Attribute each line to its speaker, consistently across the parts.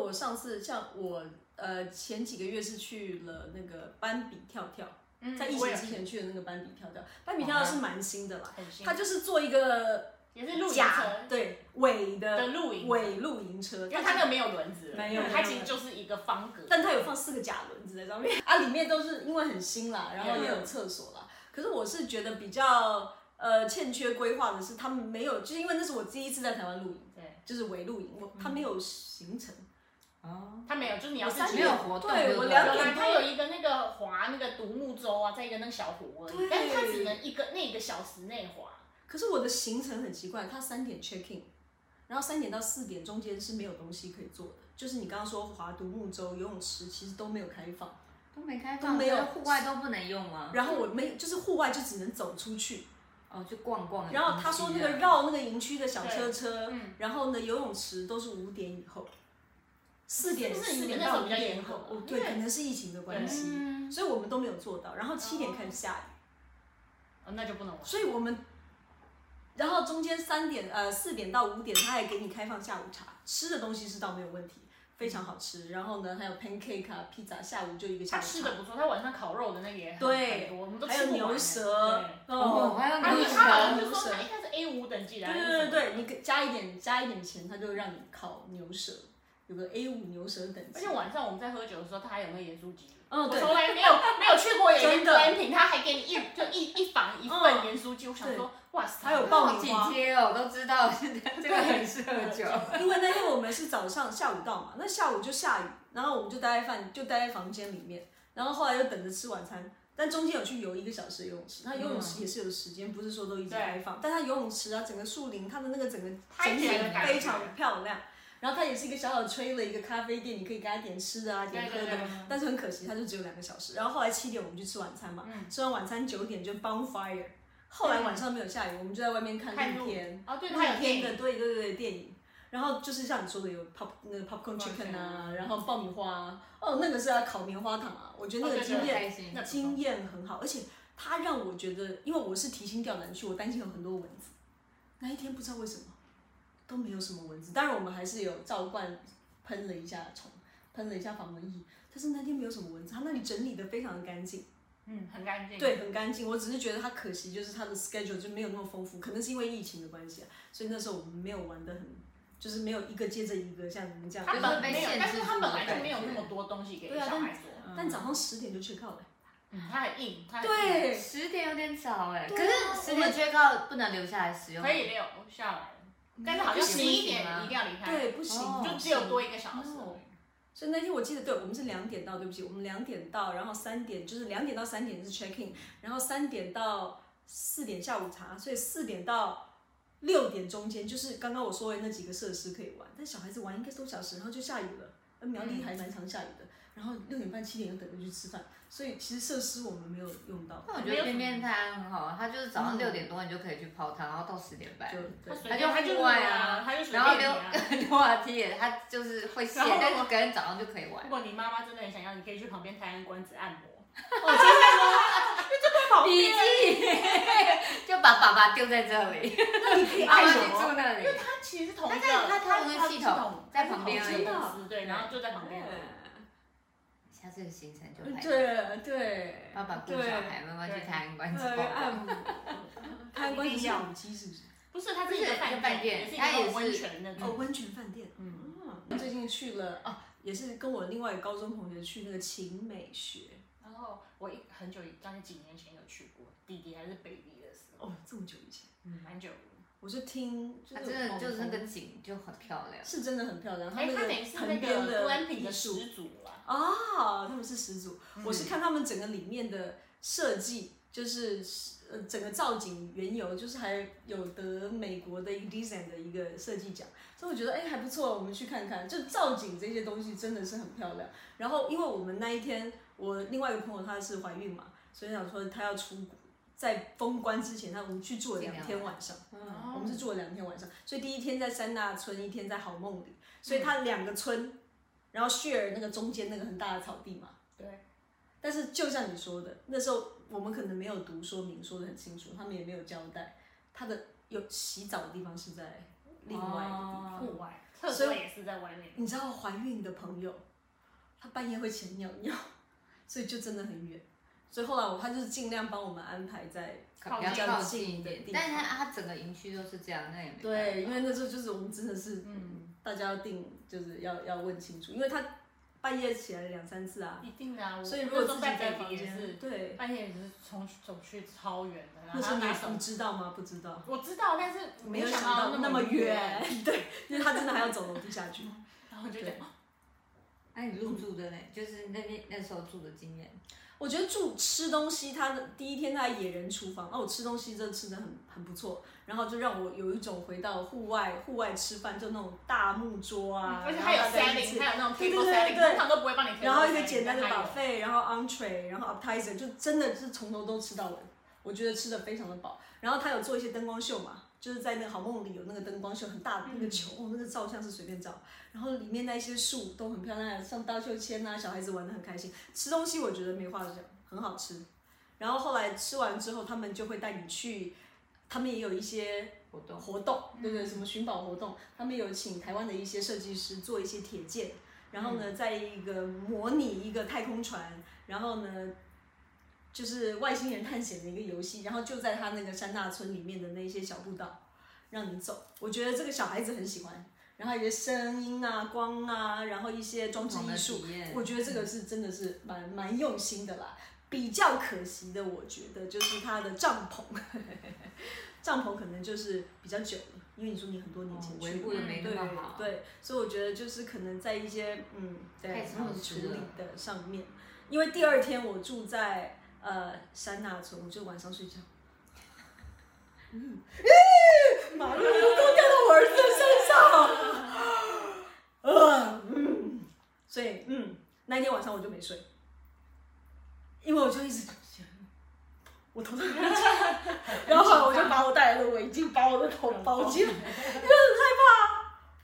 Speaker 1: 我上次像我呃前几个月是去了那个斑比跳跳，
Speaker 2: 嗯
Speaker 1: 在疫情
Speaker 2: 我也哦
Speaker 1: 之前去的那个斑比跳跳，斑比跳跳是蛮新的啦，
Speaker 2: 很啊新，
Speaker 1: 它就是做一个
Speaker 2: 也是露营
Speaker 1: 假
Speaker 2: 车
Speaker 1: 对伪
Speaker 2: 的
Speaker 1: 的
Speaker 2: 露营，
Speaker 1: 伪露营车，
Speaker 2: 因为它那个没有轮子，
Speaker 1: 没有
Speaker 2: 它其实就是一个方格，
Speaker 1: 但它有放四个假轮子在上面啊，里面都是因为很新啦，然后也有
Speaker 2: 嗯
Speaker 1: 厕所啦。可是我是觉得比较呃欠缺规划的是，他们没有，就是因为那是我第一次在台湾露营，
Speaker 2: 对，嗯
Speaker 1: 就是围露营，我他没有行程，
Speaker 3: 哦，
Speaker 2: 它没有，就是你要自
Speaker 1: 三
Speaker 2: 己
Speaker 3: 没有活动，
Speaker 1: 对
Speaker 3: 对不
Speaker 1: 我
Speaker 3: 对
Speaker 1: 两
Speaker 2: 有
Speaker 1: 点
Speaker 2: 啦，
Speaker 1: 多
Speaker 2: 它有一个那个划那个独木舟啊，在一个那个小湖而
Speaker 1: 对
Speaker 2: 已，但是它只能一个那个小时内划。
Speaker 1: 可是我的行程很奇怪，它三点 check in，然后三点到四点中间是没有东西可以做的，就是你刚刚说划独木舟、游泳池其实都没有开放，
Speaker 3: 都没开
Speaker 1: 都
Speaker 3: 放，
Speaker 1: 没有
Speaker 3: 所以户外都不能用
Speaker 2: 嗯
Speaker 3: 吗？
Speaker 1: 然后我没就是户外就只能走出去，
Speaker 3: 哦，去逛逛。
Speaker 1: 然后他说那个，绕那个营区的小车车，
Speaker 2: 对嗯
Speaker 1: 然后呢游泳池都是五点以后，四点
Speaker 2: 是不是
Speaker 1: 四
Speaker 2: 你
Speaker 1: 点
Speaker 2: 们那时
Speaker 1: 到
Speaker 2: 候
Speaker 1: 五
Speaker 2: 比较
Speaker 1: 点以
Speaker 2: 严格
Speaker 1: 后
Speaker 2: 啊，
Speaker 1: 哦对，
Speaker 2: 因为
Speaker 1: 可能是疫情的关系，
Speaker 2: 嗯，
Speaker 1: 所以我们都没有做到。然后七点开始下雨，
Speaker 2: 哦那就不能玩。
Speaker 1: 所以我们，然后中间三点呃四点到五点，他还给你开放下午茶，吃的东西是倒没有问题，非常好吃。然后呢还有 pancake 啊披萨，下午就一个下
Speaker 2: 他
Speaker 1: 午
Speaker 2: 吃
Speaker 1: 茶
Speaker 2: 的，不错，他晚上烤肉的那个也很
Speaker 1: 对
Speaker 2: 很多，我们都
Speaker 1: 还有
Speaker 2: 吃不完
Speaker 1: 牛
Speaker 2: 欸
Speaker 1: 舌
Speaker 2: 对，
Speaker 3: 哦，还有
Speaker 2: 啊，
Speaker 3: 那
Speaker 2: 你
Speaker 3: 个
Speaker 2: 他好像
Speaker 1: 牛
Speaker 2: 就说
Speaker 1: 舌
Speaker 2: 他一开始 A 五等级的，
Speaker 1: 对对对对，你给加一点加一点钱，他就让你烤牛舌，有个 A 五牛舌等
Speaker 2: 而
Speaker 1: 级
Speaker 2: 且。晚上我们在喝酒的时候，他还有那个盐酥鸡。
Speaker 1: 嗯，
Speaker 2: 我
Speaker 1: 对，
Speaker 2: 从来没有没有去过盐
Speaker 1: 真
Speaker 2: 酥
Speaker 1: 的嗯
Speaker 2: glamping，他还给你一就一一房一份盐酥鸡，我想说，哇塞，
Speaker 1: 还有爆
Speaker 3: 好
Speaker 1: 米
Speaker 3: 紧
Speaker 1: 花，
Speaker 3: 贴哦，都知道这个很适合酒。
Speaker 1: 因为那天我们是早上下午到嘛，那下午就下雨，然后我们就待在饭就待在房间里面，然后后来又等着吃晚餐，但中间有去游一个小时的游泳池，那游泳
Speaker 2: 嗯
Speaker 1: 池也是有时间，不是说都一直开放，但它游泳池啊，整个树林，它的那个整个
Speaker 2: 太
Speaker 1: 整体
Speaker 2: 甜的感觉
Speaker 1: 非常漂亮。然后它也是一个小小吹了一个咖啡店，你可以给他点吃的啊，点喝的
Speaker 2: 对对对
Speaker 1: 但是很可惜，它就只有两个小时。然后后来七点我们去吃晚餐嘛，
Speaker 2: 嗯
Speaker 1: 吃完晚餐九点就 bonfire。后来晚上没有下雨，我们就在外面看
Speaker 2: 看
Speaker 1: 露
Speaker 2: 露
Speaker 1: 天。
Speaker 2: 哦，对，他
Speaker 1: 露
Speaker 2: 有电
Speaker 1: 天
Speaker 2: 影
Speaker 1: 的，对对对电影。然后就是像你说的，有 pop 那个 popcorn chicken 啊，然后爆米花、啊，哦，那个是要烤棉花糖啊，我觉得那
Speaker 2: 哦
Speaker 1: 个
Speaker 2: 对
Speaker 1: 经
Speaker 2: 对
Speaker 1: 验、
Speaker 3: 开心
Speaker 2: 那不错
Speaker 1: 经验很好，而且它让我觉得，因为我是提心吊胆去，我担心有很多蚊子。那一天不知道为什么都没有什么蚊子，当然我们还是有照灌喷了一下虫，喷了一下防蚊液，但是那天没有什么蚊子，它那里整理的非常的干净。
Speaker 2: 嗯，很干净。
Speaker 1: 对，很干净。我只是觉得它可惜，就是它的 schedule 就没有那么丰富，可能是因为疫情的关系啊，所以那时候我们没有玩的很，就是没有一个接着一个像你们这样。
Speaker 2: 他
Speaker 3: 就是
Speaker 2: 本
Speaker 3: 被
Speaker 2: 没有
Speaker 3: 限，
Speaker 2: 但
Speaker 3: 制
Speaker 2: 是他
Speaker 3: 住
Speaker 2: 本
Speaker 3: 的
Speaker 2: 来就
Speaker 3: 感
Speaker 2: 没有
Speaker 3: 觉
Speaker 2: 那么多东西给
Speaker 1: 对啊
Speaker 2: 小孩做，
Speaker 1: 但早上十点就 check out 了、
Speaker 2: 嗯，他很硬，他很硬
Speaker 1: 对，
Speaker 3: 十点有点早哎，可
Speaker 1: 对啊
Speaker 3: 是十
Speaker 1: 我们
Speaker 3: 点缺告不能留下来使用。
Speaker 2: 可以留下来，但是好
Speaker 1: 不
Speaker 2: 像
Speaker 1: 行
Speaker 2: 十一点
Speaker 3: 不行吗
Speaker 2: 一定要离开，
Speaker 1: 对，不哦行，
Speaker 3: 哦
Speaker 1: 不
Speaker 2: 就
Speaker 1: 行
Speaker 2: 只有多。一个小时而已。
Speaker 1: 所以那天我记得，对我们是两点到，对不起，我们两点到，然后三点就是两点到三点是 check in，然后三点到四点下午茶，所以四点到六点中间就是刚刚我说的那几个设施可以玩，但小孩子玩一个多小时，然后就下雨了，呃苗
Speaker 3: 嗯
Speaker 1: 栗还蛮常下雨的，然后六点半七点又等着去吃饭，所以其实设施我们没有用到，
Speaker 3: 那我觉得边边摊很好啊，它就是早上六点多你就可以去泡汤，然后到十点半
Speaker 1: 就。对。
Speaker 2: 随
Speaker 3: 他
Speaker 2: 便
Speaker 3: 就
Speaker 2: 他就
Speaker 3: 户外
Speaker 2: 是
Speaker 3: 啊
Speaker 2: 他就随
Speaker 3: 然后
Speaker 2: 便你
Speaker 3: 溜
Speaker 2: 啊。
Speaker 3: 溜滑梯也，它就是会歇
Speaker 2: 然后，
Speaker 3: 但是隔天早上就可以玩
Speaker 2: 如。果你妈妈真的很想要，你可以去旁边泰安馆子按摩。
Speaker 1: 哦，真的 吗？
Speaker 3: 笔
Speaker 1: 你就
Speaker 3: 记 就把爸爸丢在这里，
Speaker 1: 在旁边，那你可以
Speaker 3: 妈
Speaker 1: 按
Speaker 3: 妈
Speaker 1: 什
Speaker 3: 去
Speaker 1: 么？
Speaker 3: 住那里。
Speaker 2: 它其实是同一
Speaker 3: 它
Speaker 2: 个，
Speaker 3: 在它
Speaker 2: 它
Speaker 3: 同一个
Speaker 2: 它
Speaker 3: 系
Speaker 2: 系
Speaker 3: 统
Speaker 2: 统
Speaker 3: 在旁边
Speaker 1: 而已嗯
Speaker 2: 是同公司对，然后就在旁边而
Speaker 3: 啊
Speaker 2: 已。
Speaker 3: 下次的行程就排。，
Speaker 1: 对对，
Speaker 3: 爸爸顾小孩，妈妈去台湾观
Speaker 1: 对，嗯
Speaker 3: 光。
Speaker 1: 按摩。看关
Speaker 2: 一
Speaker 1: 系
Speaker 2: 定
Speaker 1: 是
Speaker 2: 要
Speaker 1: 母鸡是不是？
Speaker 2: 不是，它是一
Speaker 3: 不
Speaker 2: 个
Speaker 3: 是一个
Speaker 2: 饭
Speaker 3: 饭店
Speaker 2: 也是一
Speaker 3: 它也
Speaker 2: 个
Speaker 3: 是
Speaker 2: 温泉那
Speaker 1: 哦，
Speaker 2: 种。
Speaker 1: 温泉饭店。
Speaker 2: 嗯，
Speaker 1: 嗯，最近去了啊，也是跟我另外一个高中同学去那个秦美学。
Speaker 2: 然后我一很久以，大概几年前有去过，弟弟还是 baby 的时候，
Speaker 1: 哦，这么久以前，
Speaker 2: 嗯，蛮久的。
Speaker 1: 我就听，就
Speaker 3: 它
Speaker 1: 是
Speaker 3: 啊真的
Speaker 1: 网
Speaker 3: 就是那
Speaker 1: 红
Speaker 3: 个景就很漂亮，
Speaker 1: 是真的很漂亮，
Speaker 2: 哎，
Speaker 1: 那
Speaker 2: 他
Speaker 1: 个
Speaker 2: 等于是那
Speaker 1: 横边
Speaker 2: 个 glamping
Speaker 1: 艺
Speaker 2: 的
Speaker 1: 术
Speaker 2: 始祖啦。
Speaker 1: 啊，他们是始祖。我是
Speaker 2: 嗯
Speaker 1: 看他们整个里面的设计，就是呃整个造景缘由，就是还有得美国的一个 design 的一个设计奖，所以我觉得哎还不错，我们去看看。就造景这些东西真的是很漂亮。然后因为我们那一天，我另外一个朋友她是怀孕嘛，所以想说她要出国，在封关之前，她我们去住了两天晚上。
Speaker 3: 嗯，
Speaker 1: 我们是住了两天晚上，所以第一天在三大村，一天在好梦里，所以它两个村，然后 share 那个中间那个很大的草地嘛。
Speaker 2: 对。
Speaker 1: 但是就像你说的，那时候我们可能没有读说明说的很清楚，他们也没有交代，它的有洗澡的地方是在另外一个地方。
Speaker 3: 哦
Speaker 2: 户外，厕所也是在外面。
Speaker 1: 你知道怀孕的朋友，她半夜会起来尿尿，所以就真的很远。所以后来我他就是尽量帮我们安排在
Speaker 2: 靠
Speaker 3: 比
Speaker 1: 近
Speaker 3: 较靠近一
Speaker 1: 的
Speaker 3: 点
Speaker 1: 地，
Speaker 3: 但是
Speaker 1: 方
Speaker 3: 它它整个营区都是这样，那也没办法
Speaker 1: 对，因为那时候就是我们真的是，
Speaker 2: 嗯
Speaker 1: 大家要定就是要要问清楚，因为他半夜起来两三次啊，
Speaker 2: 一定的啊，我
Speaker 1: 所以如果
Speaker 2: 那时
Speaker 1: 自
Speaker 2: 候
Speaker 1: 己
Speaker 2: 带
Speaker 1: 在
Speaker 2: baby
Speaker 1: 房
Speaker 2: 也是
Speaker 1: 间，对，
Speaker 2: 半夜也是从走去超远的，然
Speaker 1: 那
Speaker 2: 后
Speaker 1: 时候
Speaker 2: 还要
Speaker 1: 你
Speaker 2: 拿手
Speaker 1: 你知道吗？不知道，
Speaker 2: 我知道，但是
Speaker 1: 没有
Speaker 2: 想
Speaker 1: 想到
Speaker 2: 那
Speaker 1: 那么
Speaker 2: 远，
Speaker 1: 远， 对，因为他真的还要走楼梯下去。
Speaker 2: 然后我就觉得
Speaker 3: 那你入住的呢？就是那边那时候住的经验，
Speaker 1: 我觉得住吃东西，他的第一天在野人厨房，哦，我吃东西真的吃的很很不错，然后就让我有一种回到户外户外吃饭，就那种大木桌啊，
Speaker 2: 嗯而且
Speaker 1: 然
Speaker 2: 它有
Speaker 1: 后大家
Speaker 2: setting，
Speaker 1: 一起
Speaker 2: 它有那种
Speaker 1: 对
Speaker 2: table
Speaker 1: 对
Speaker 2: setting，
Speaker 1: 对对
Speaker 2: 通常都不会帮你 table
Speaker 1: 然后一个
Speaker 2: setting，
Speaker 1: 简单的
Speaker 2: 但它有
Speaker 1: buffet，然后 entree，然后 appetizer，就真的是从头都吃到尾，我觉得吃的非常的饱。然后他有做一些灯光秀嘛，就是在那个好梦里有那个灯光秀，很大的那个球，哦，那个照相是随便照。然后里面那些树都很漂亮，像荡秋千啊，小孩子玩的很开心。吃东西我觉得没话讲，很好吃。然后后来吃完之后，他们就会带你去，他们也有一些
Speaker 3: 活动嗯
Speaker 1: 活动，对不对？什么寻宝活动，他们有请台湾的一些设计师做一些铁件，然后
Speaker 3: 嗯
Speaker 1: 呢，在一个模拟一个太空船，然后呢，就是外星人探险的一个游戏，然后就在他那个山大村里面的那些小步道让你走。我觉得这个小孩子很喜欢，然后一些声音啊、光啊，然后一些装
Speaker 3: 不
Speaker 1: 置
Speaker 3: 同的
Speaker 1: 艺术，
Speaker 3: 体验，嗯
Speaker 1: 我觉得这个是真的是蛮蛮用心的啦。比较可惜的，我觉得就是它的帐篷， 帐篷可能就是比较久了，因为你说你很多年前
Speaker 3: 哦维
Speaker 1: 去
Speaker 3: 护
Speaker 1: 过，
Speaker 3: 的没那
Speaker 1: 对
Speaker 3: 么好，
Speaker 1: 对，所以我觉得就是可能在一些嗯，
Speaker 3: 太
Speaker 1: 对，
Speaker 3: 仓
Speaker 1: 他们
Speaker 3: 促
Speaker 1: 处理
Speaker 3: 了
Speaker 1: 的上面，因为第二天我住在呃山那村，我就晚上 睡觉。嗯，马路油都掉到我儿子的身上， 呃，嗯，所以嗯，那一天晚上我就没睡，因为我就一直我头上然后后来我就把我带来的围巾把我的头嗯包起来， 因为很害怕。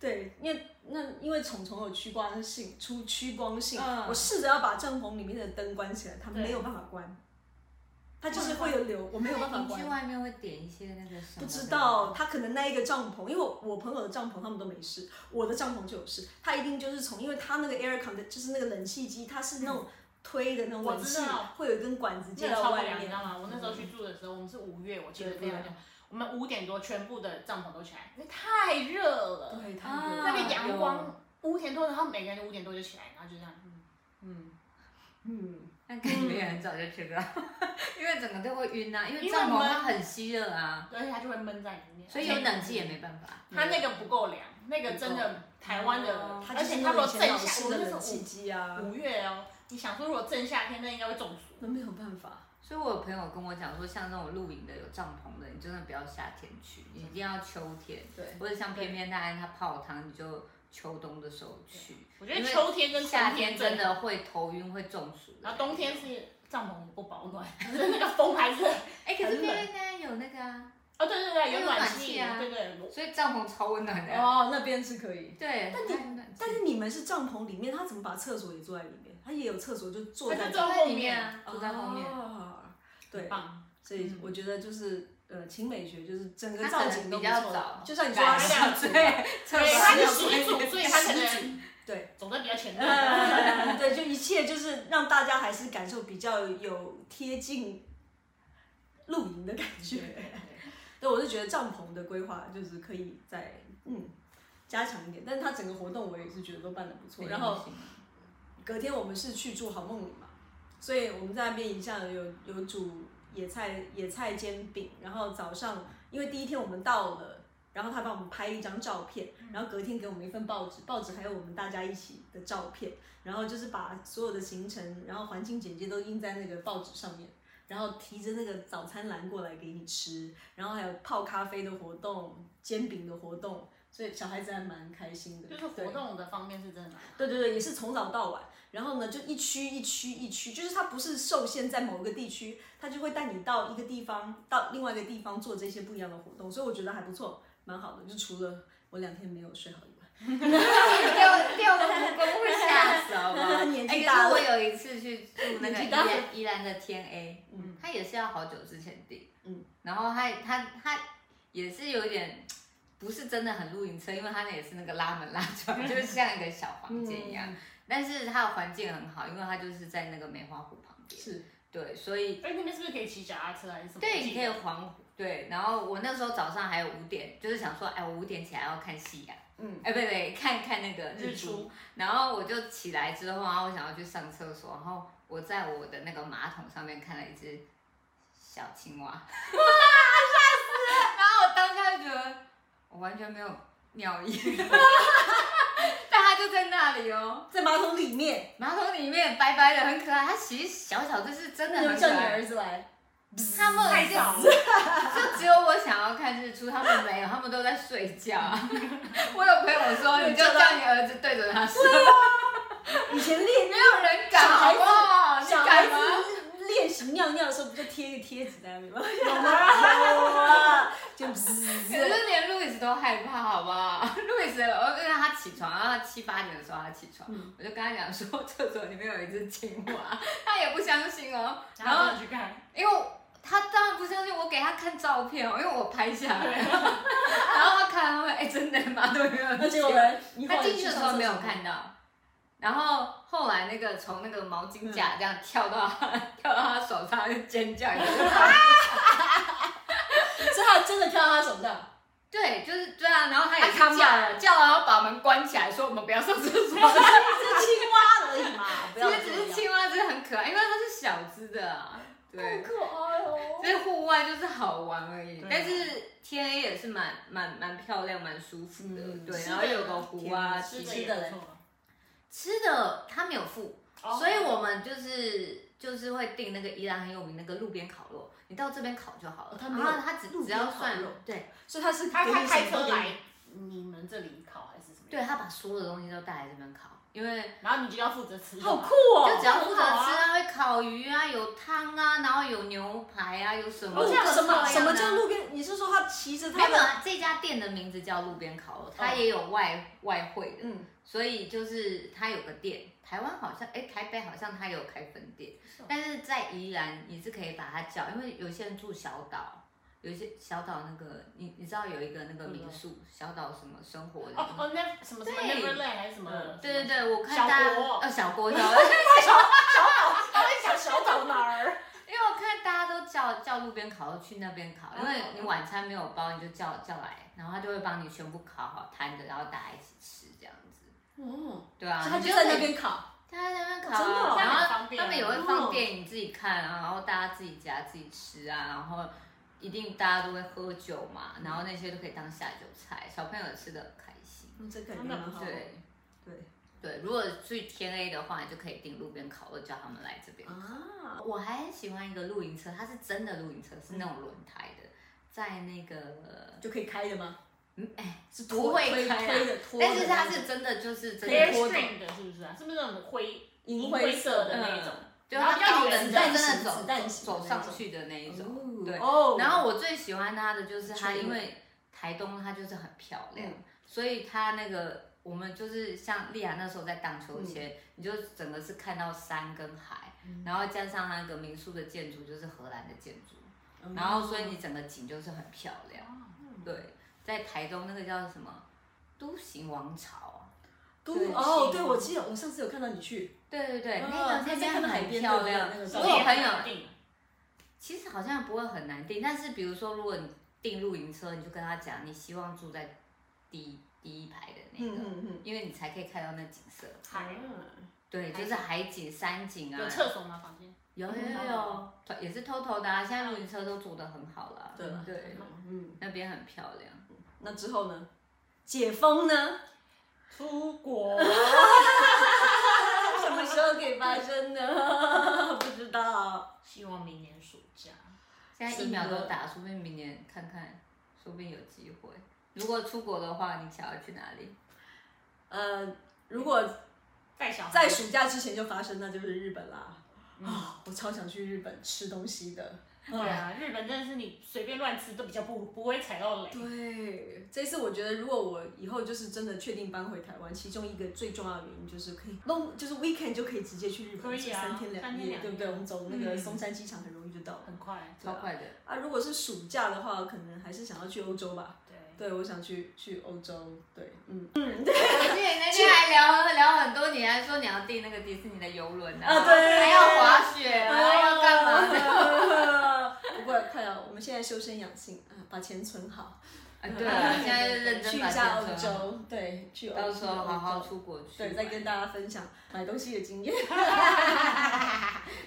Speaker 1: 对，因为那因为虫虫有趋光性，出趋光性，
Speaker 3: 嗯
Speaker 1: 我试着要把帐篷里面的灯关起来，它
Speaker 2: 对
Speaker 1: 没有办法关，它就是会有流，我没有办法
Speaker 3: 你去
Speaker 1: 关。
Speaker 3: 外面会点一些那个什么？
Speaker 1: 不知道，他可能那一个帐篷，因为我我朋友的帐篷他们都没事，我的帐篷就有事。他一定就是从，因为他那个 air con 的就是那个冷气机，它是那种推的那种
Speaker 2: 嗯我
Speaker 1: 冷
Speaker 2: 知
Speaker 1: 气
Speaker 2: 道，
Speaker 1: 会有一根管子接
Speaker 2: 那个
Speaker 1: 到
Speaker 2: 超不
Speaker 1: 外
Speaker 2: 良，你
Speaker 1: 面嗯
Speaker 2: 知。道吗？我那时候去住的时候，我们是五月，我记得非常久。我们五点多全部的帐篷都起来，因为太热了，
Speaker 1: 对，它
Speaker 3: 啊
Speaker 1: 有
Speaker 2: 那个阳光五点多，然后每个人五点多就起来，然后就这样，嗯嗯，
Speaker 1: 嗯，
Speaker 3: 那肯定没有很早就去了， 因为整个都会晕啊，因为
Speaker 2: 因为
Speaker 3: 帐篷
Speaker 2: 闷
Speaker 3: 它很吸热啊，
Speaker 2: 而且它就会闷在里面，
Speaker 3: 所以有冷气也没办法。
Speaker 2: 它那个不够凉，那个真的台湾的
Speaker 3: 哦，
Speaker 1: 嗯啊它
Speaker 2: 而
Speaker 1: 就是
Speaker 2: 且它
Speaker 1: 那
Speaker 2: 如果
Speaker 1: 种以
Speaker 2: 正
Speaker 1: 前老
Speaker 2: 夏，
Speaker 1: 式
Speaker 2: 我
Speaker 1: 的
Speaker 2: 们那
Speaker 1: 冷
Speaker 2: 是
Speaker 1: 气机啊，
Speaker 2: 五五月哦，你想说如果正夏天，那应该会中暑。
Speaker 1: 那没有办法。
Speaker 3: 所以我有朋友跟我讲说，像那种露营的有帐篷的，你真的不要夏天去，你一定要秋天，
Speaker 1: 对，
Speaker 3: 或者像偏偏大安它泡汤，你就秋冬的时候去。
Speaker 2: 我觉得秋天跟
Speaker 3: 夏
Speaker 2: 春
Speaker 3: 天
Speaker 2: 真
Speaker 3: 真，的会头晕会中暑的，
Speaker 2: 然后冬天是帐篷不保暖， 可是那个风还是
Speaker 3: 哎、可是
Speaker 2: 很冷
Speaker 3: 偏偏大安有那个啊，
Speaker 2: 哦，对对对，
Speaker 3: 有
Speaker 2: 有
Speaker 3: 暖
Speaker 2: 暖
Speaker 3: 气啊
Speaker 2: 对对。
Speaker 3: 所以帐篷超温暖的。
Speaker 1: 哦，那边是可以。
Speaker 3: 对，
Speaker 1: 但你
Speaker 3: 你
Speaker 1: 但是你们是帐篷里面，他怎么把厕所也坐在里面？他也有厕所，就坐
Speaker 2: 他
Speaker 1: 在
Speaker 2: 就坐哦
Speaker 3: 在里面啊，
Speaker 1: 哦
Speaker 3: 住在后面，
Speaker 1: 对，
Speaker 2: 棒，
Speaker 1: 所以
Speaker 2: 嗯
Speaker 1: 我觉得就是呃，青美学就是整个
Speaker 3: 它
Speaker 1: 造
Speaker 3: 可
Speaker 1: 景
Speaker 3: 能
Speaker 1: 都
Speaker 3: 比
Speaker 1: 不
Speaker 3: 较
Speaker 1: 错。
Speaker 3: 早，
Speaker 1: 就像你说
Speaker 2: 改
Speaker 1: 他
Speaker 2: 良
Speaker 1: 下
Speaker 2: 对
Speaker 1: 嘴巴，
Speaker 3: 对，厕
Speaker 2: 对，
Speaker 3: 所
Speaker 2: 他是
Speaker 3: 要
Speaker 2: 始祖，所以他可能
Speaker 1: 对
Speaker 2: 走在比较前
Speaker 3: 嗯
Speaker 2: 面。
Speaker 1: 呃，对，就一切就是让大家还是感受比较有贴近露营的感觉。对，我是觉得帐篷的规划就是可以再嗯加强一点，但是它整个活动我也是觉得都办的不错。然后隔天我们是去住好梦里嘛，所以我们在那边一下有有煮野菜野菜煎饼，然后早上因为第一天我们到了。然后他帮我们拍一张照片，
Speaker 2: 嗯
Speaker 1: 然后隔天给我们一份报纸，报纸还有我们大家一起的照片，然后就是把所有的行程，然后环境简介都印在那个报纸上面，然后提着那个早餐篮过来给你吃，然后还有泡咖啡的活动、煎饼的活动，所以小孩子还蛮开心的。
Speaker 2: 就是活动的方面是真的蛮好，
Speaker 1: 对对对，也是从早到晚。然后呢，就一区一区一区，就是它不是受限在某个地区，它就会带你到一个地方，到另外一个地方做这些不一样的活动，所以我觉得还不错，蛮好的。就除了我两天没有睡好以外，
Speaker 3: 掉掉了蜈蚣会吓死好不好？
Speaker 1: 年纪
Speaker 3: 哎
Speaker 1: 大了
Speaker 3: 可是我有一次去住那
Speaker 1: 年
Speaker 3: 个
Speaker 1: 纪
Speaker 3: 宜
Speaker 1: 大了
Speaker 3: 兰宜兰的天 A，嗯，他也是要好久之前订，嗯，然后他他他也是有一点不是真的很露营车，因为它那也是那个拉门拉窗， 就是像一个小房间一
Speaker 1: 嗯
Speaker 3: 样。但是它的环境很好，因为它就是在那个梅花湖旁边。
Speaker 1: 是，
Speaker 3: 对，所以
Speaker 2: 哎，那边是不是可以骑脚踏车还是什么？
Speaker 3: 对，你可以环湖。对，然后我那时候早上还有五点，就是想说，哎，我五点起来要看夕阳，
Speaker 1: 嗯，
Speaker 3: 哎，不对，看看那个
Speaker 2: 日
Speaker 3: 日出。
Speaker 2: 出，
Speaker 3: 然后我就起来之后，然后我想要去上厕所，然后我在我的那个马桶上面看了一只小青蛙，哇， 吓死了！然后我当下就觉得我完全没有尿意， 但它就在那里哦，
Speaker 1: 在马桶里 面，
Speaker 3: 马桶里面白白的，很可爱。它其实小小，但是真的
Speaker 1: 就
Speaker 3: 很
Speaker 1: 叫
Speaker 3: 可
Speaker 1: 你
Speaker 3: 爱
Speaker 1: 儿。子来，
Speaker 3: 他们
Speaker 2: 太
Speaker 3: 已经
Speaker 2: 早了。
Speaker 3: 就只有我想要看日出，他们没有，他们都在睡觉。 我有朋友说，你就叫你儿子对着他睡，
Speaker 1: 以前练
Speaker 3: 没有人敢
Speaker 1: 小孩
Speaker 3: 好
Speaker 1: 子
Speaker 3: 不好？你
Speaker 1: 小
Speaker 3: 敢
Speaker 1: 孩
Speaker 3: 吗？
Speaker 1: 子练习尿尿的时候，不就贴一个贴纸在那边吗？ 就
Speaker 3: 可是连路易斯都害怕，好不好？ 路易斯，我就让他起床，然后他七八点的时候他起床，
Speaker 1: 嗯
Speaker 3: 我就跟他讲说厕所里面有一只青蛙， 他也不相信哦。然
Speaker 2: 然后
Speaker 3: 后
Speaker 2: 去看，
Speaker 3: 因为我他当然不相信，我给他看照片哦，因为我拍下来， 然后他看他会，哎、真的马桶里面有
Speaker 1: 那
Speaker 3: 一只
Speaker 1: 结
Speaker 3: 青
Speaker 1: 果
Speaker 3: 蛙。
Speaker 1: 呢？你后
Speaker 3: 他
Speaker 1: 来
Speaker 3: 进去的时候没有
Speaker 1: 上厕所吗，
Speaker 3: 看到，然后后来那个从那个毛巾架这样跳到他、跳到他手上，就尖叫一声。
Speaker 1: 所以他真的跳到他手上，
Speaker 3: 对，就是对啊，然后他也是
Speaker 1: 他看
Speaker 3: 叫
Speaker 1: 吧
Speaker 3: 了叫了，然后把门关起来，说我们不要上厕所。
Speaker 1: 是青蛙而已嘛，不
Speaker 3: 其
Speaker 1: 要
Speaker 3: 实只是青蛙，真的很可爱，因为它是小只的、啊，对，
Speaker 1: 可爱哦。
Speaker 3: 所以户外就是好玩而已。
Speaker 1: 对啊
Speaker 3: 但是天黑也是蛮蛮蛮漂亮、蛮舒服的，
Speaker 1: 嗯
Speaker 3: 对。
Speaker 2: 是的
Speaker 3: 然后有个湖啊，
Speaker 1: 天
Speaker 3: 其
Speaker 1: 气
Speaker 3: 实
Speaker 1: 吃的嘞
Speaker 2: 不错
Speaker 3: 吃的他没有付，
Speaker 2: 哦
Speaker 3: 所以我们就是就是会订那个宜兰很有名那个路边烤肉，你到这边烤就好了。
Speaker 1: 哦他
Speaker 3: 然
Speaker 1: 没
Speaker 3: 后
Speaker 1: 有
Speaker 3: 他只
Speaker 1: 路
Speaker 3: 只
Speaker 1: 边
Speaker 3: 要
Speaker 1: 烤
Speaker 3: 算
Speaker 1: 肉
Speaker 3: 对
Speaker 1: 所以他是
Speaker 2: 他
Speaker 1: 给
Speaker 2: 他
Speaker 1: 你
Speaker 2: 开
Speaker 1: 什么
Speaker 2: 车
Speaker 1: 都给你
Speaker 2: 来你们这里烤还是什么？
Speaker 3: 对，他把所有的东西都带来这边烤，因为。
Speaker 2: 然后你就要负责吃，
Speaker 1: 好酷
Speaker 3: 就
Speaker 1: 哦！
Speaker 3: 只要负责吃
Speaker 2: 很好啊
Speaker 3: 啊，会烤鱼啊，有汤啊，然后有牛排啊，有什么？
Speaker 2: 哦这样很
Speaker 1: 什么
Speaker 2: 漂亮啊
Speaker 1: 什么叫路边？你是说他骑着
Speaker 3: 没
Speaker 1: 他
Speaker 3: 有
Speaker 1: 的？
Speaker 3: 啊，这家店的名字叫路边烤肉，它也有外外汇的，
Speaker 1: 嗯，
Speaker 3: 所以就是它有个店，台湾好像哎、台北好像它有开分店
Speaker 2: 是哦，
Speaker 3: 但是在宜兰你是可以把它叫，因为有些人住小岛。有些小岛那个，你你知道有一个那个民宿，小岛什么生活的那
Speaker 2: 哦
Speaker 3: 个，
Speaker 2: 哦，那什么什么
Speaker 3: 对
Speaker 2: Neverland 还是什么？
Speaker 1: 嗯
Speaker 3: 对对对，我看
Speaker 2: 哦小
Speaker 3: 大家
Speaker 2: 国
Speaker 3: 呃小国 小，
Speaker 1: 他在想小岛哪儿？
Speaker 3: 因为我看大家都叫叫路边烤肉去那边烤，因
Speaker 2: 哦
Speaker 3: 为你晚餐没有包，你就叫叫来，然后他就会帮你全部烤好摊着，然后大家一起吃这样子。
Speaker 1: 哦，
Speaker 3: 对啊，
Speaker 1: 所以他
Speaker 3: 你
Speaker 1: 就在
Speaker 3: 可以
Speaker 1: 那，边烤，
Speaker 3: 他在那边烤
Speaker 1: 真的哦
Speaker 3: 啊，
Speaker 2: 这样很
Speaker 3: 然后
Speaker 2: 方便
Speaker 3: 他
Speaker 2: 啊
Speaker 3: 们哦也会放电影自己看啊，然后大家自己夹自己吃啊，然后一定大家都会喝酒嘛，然后那些都可以当下酒菜，小朋友也吃的很开心。
Speaker 1: 嗯，这感觉
Speaker 2: 真的
Speaker 1: 蛮
Speaker 2: 不
Speaker 1: 好
Speaker 2: 错
Speaker 1: 的。
Speaker 3: 对
Speaker 1: 对
Speaker 3: 对，如果去天 A 的话，你就可以订路边烤肉，叫他们来这边
Speaker 1: 啊，
Speaker 3: 我还很喜欢一个露营车，它是真的露营车，是那种轮胎的，在那个
Speaker 1: 就可以开的吗？
Speaker 3: 嗯哎，
Speaker 1: 是
Speaker 3: 不
Speaker 1: 拖
Speaker 3: 会
Speaker 1: 推
Speaker 3: 开啦
Speaker 1: 推的拖的
Speaker 3: 但
Speaker 1: 那种，
Speaker 3: 是它是真的就是真的
Speaker 2: Air
Speaker 3: 拖
Speaker 2: s
Speaker 3: 着
Speaker 2: t r i n g 的是不是啊？是不是那种灰
Speaker 1: 银
Speaker 2: 银
Speaker 1: 灰
Speaker 2: 灰
Speaker 1: 色
Speaker 2: 色
Speaker 1: 的
Speaker 2: 的
Speaker 1: 那
Speaker 2: 那
Speaker 1: 种
Speaker 2: 种？
Speaker 3: 就
Speaker 2: 然后
Speaker 3: 它
Speaker 2: 要
Speaker 3: 高
Speaker 2: 远
Speaker 3: 人
Speaker 2: 的
Speaker 3: 真的
Speaker 1: 子
Speaker 3: 走
Speaker 1: 弹
Speaker 3: 走
Speaker 1: 型
Speaker 3: 走
Speaker 1: 的那
Speaker 3: 上
Speaker 1: 种
Speaker 3: 去的那一种，
Speaker 1: 哦
Speaker 3: 对。
Speaker 1: 哦，
Speaker 3: 然后我最喜欢它的就是它，
Speaker 1: 确定
Speaker 3: 因为台东它就是很漂亮，
Speaker 1: 嗯
Speaker 3: 所以它那个我们就是像丽雅那时候在荡秋千，
Speaker 1: 嗯
Speaker 3: 你就整个是看到山跟海，然后加上那个民宿的建筑就是荷兰的建筑，
Speaker 1: 嗯
Speaker 3: 然后所以你整个景就是很漂亮。对，在台东那个叫什么都行王朝啊？
Speaker 1: 都
Speaker 3: 对
Speaker 1: 哦，
Speaker 2: 西
Speaker 1: 对，我记得我上次有看到你去，
Speaker 3: 对对对，
Speaker 1: 哦
Speaker 3: 那个
Speaker 1: 它
Speaker 3: 那
Speaker 1: 在那
Speaker 3: 边
Speaker 1: 个海
Speaker 3: 很
Speaker 1: 边
Speaker 3: 漂
Speaker 1: 对不对
Speaker 3: 亮
Speaker 1: 那。个
Speaker 3: 我有朋友
Speaker 2: 定
Speaker 3: 其实好像不会很难订，但是比如说如果你订露营车，你就跟他讲你希望住在第一第一排的那个，
Speaker 1: 嗯
Speaker 3: 因为你才可以看到那景色。
Speaker 2: 海，
Speaker 3: 对，就是海景、山景啊
Speaker 2: 有。厕所吗？房间？
Speaker 3: 有有
Speaker 1: 哎
Speaker 3: 有有，也是偷偷的啊！现在露营车都做得很好啦。
Speaker 1: 对了
Speaker 3: 对，
Speaker 1: 嗯，
Speaker 3: 那边很漂亮。
Speaker 1: 那之后呢？解封呢？
Speaker 2: 出国，
Speaker 1: 什么时候可以发生呢？ 不知道。
Speaker 2: 希望明年暑假。
Speaker 3: 现在疫苗都打，说不定明年看看，说不定有机会。如果出国的话，你想要去哪里？
Speaker 1: 呃，如果
Speaker 2: 带小孩
Speaker 1: 在暑假之前就发生，那就是日本啦。啊、我超想去日本吃东西的。
Speaker 2: 对啊，日本真的是你随便乱吃都比较不不会踩到雷。
Speaker 1: 嗯对，这次我觉得如果我以后就是真的确定搬回台湾，其中一个最重要的原因就是可以弄，就是 weekend 就可以直接去日本，
Speaker 2: 可以啊
Speaker 1: 三天两
Speaker 2: 三天
Speaker 1: 夜，
Speaker 2: 两
Speaker 1: 对不对？
Speaker 2: 夜
Speaker 1: 我们走那个
Speaker 2: 嗯
Speaker 1: 松山机场很容易就到了。啊
Speaker 2: 很快，
Speaker 3: 超快的。
Speaker 1: 啊，如果是暑假的话，可能还是想要去欧洲吧。
Speaker 2: 对，
Speaker 1: 对，我想去去欧洲，对，嗯，
Speaker 3: 我记得你那天还聊聊很多，你还说你要订那个迪士尼的游轮
Speaker 1: 啊对啊
Speaker 3: 还要滑雪，还要干嘛的？
Speaker 1: 嘛？ 不过快了，我们现在修身养性啊，把钱存好。
Speaker 3: 啊对啊，现在就认
Speaker 1: 去
Speaker 3: 真
Speaker 1: 一
Speaker 3: 把
Speaker 1: 下欧
Speaker 3: 钱存好，
Speaker 1: 洲，对，去欧
Speaker 3: 到时候好好
Speaker 1: 去欧洲
Speaker 3: 出国去玩。
Speaker 1: 对，再跟大家分享买东西的经验。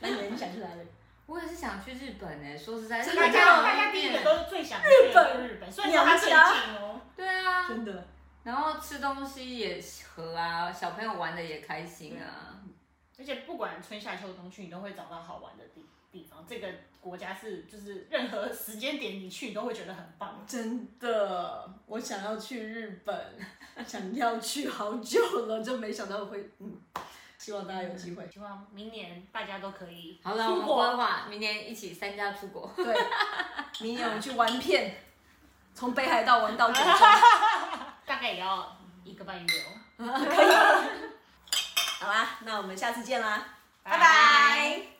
Speaker 1: 那你们想去哪里？
Speaker 3: 我也是想去日本诶，说实在，
Speaker 1: 真的
Speaker 2: 大
Speaker 3: 日本
Speaker 2: 家
Speaker 3: 有
Speaker 2: 大家第一
Speaker 3: 点
Speaker 2: 个都是最想去的就是日本，虽然说它最近哦，
Speaker 3: 对啊，
Speaker 1: 真的，
Speaker 3: 然后吃东西也合啊，小朋友玩的也开心啊。
Speaker 2: 而且不管春夏秋冬去，你都会找到好玩的地地方。这个国家是就是任何时间点你去，你都会觉得很棒。
Speaker 1: 真的，我想要去日本，想要去好久了，就没想到会，嗯，希望大家有机会。
Speaker 2: 希望明年大家都可以
Speaker 3: 好了，我
Speaker 2: 出
Speaker 3: 们
Speaker 2: 国
Speaker 3: 规划明年一起三家出国。
Speaker 1: 对，明年我们去玩遍，从北海道玩到九州。
Speaker 2: 大概也要一个半月哦。
Speaker 1: 好啦，那我们下次见啦。
Speaker 3: 拜拜。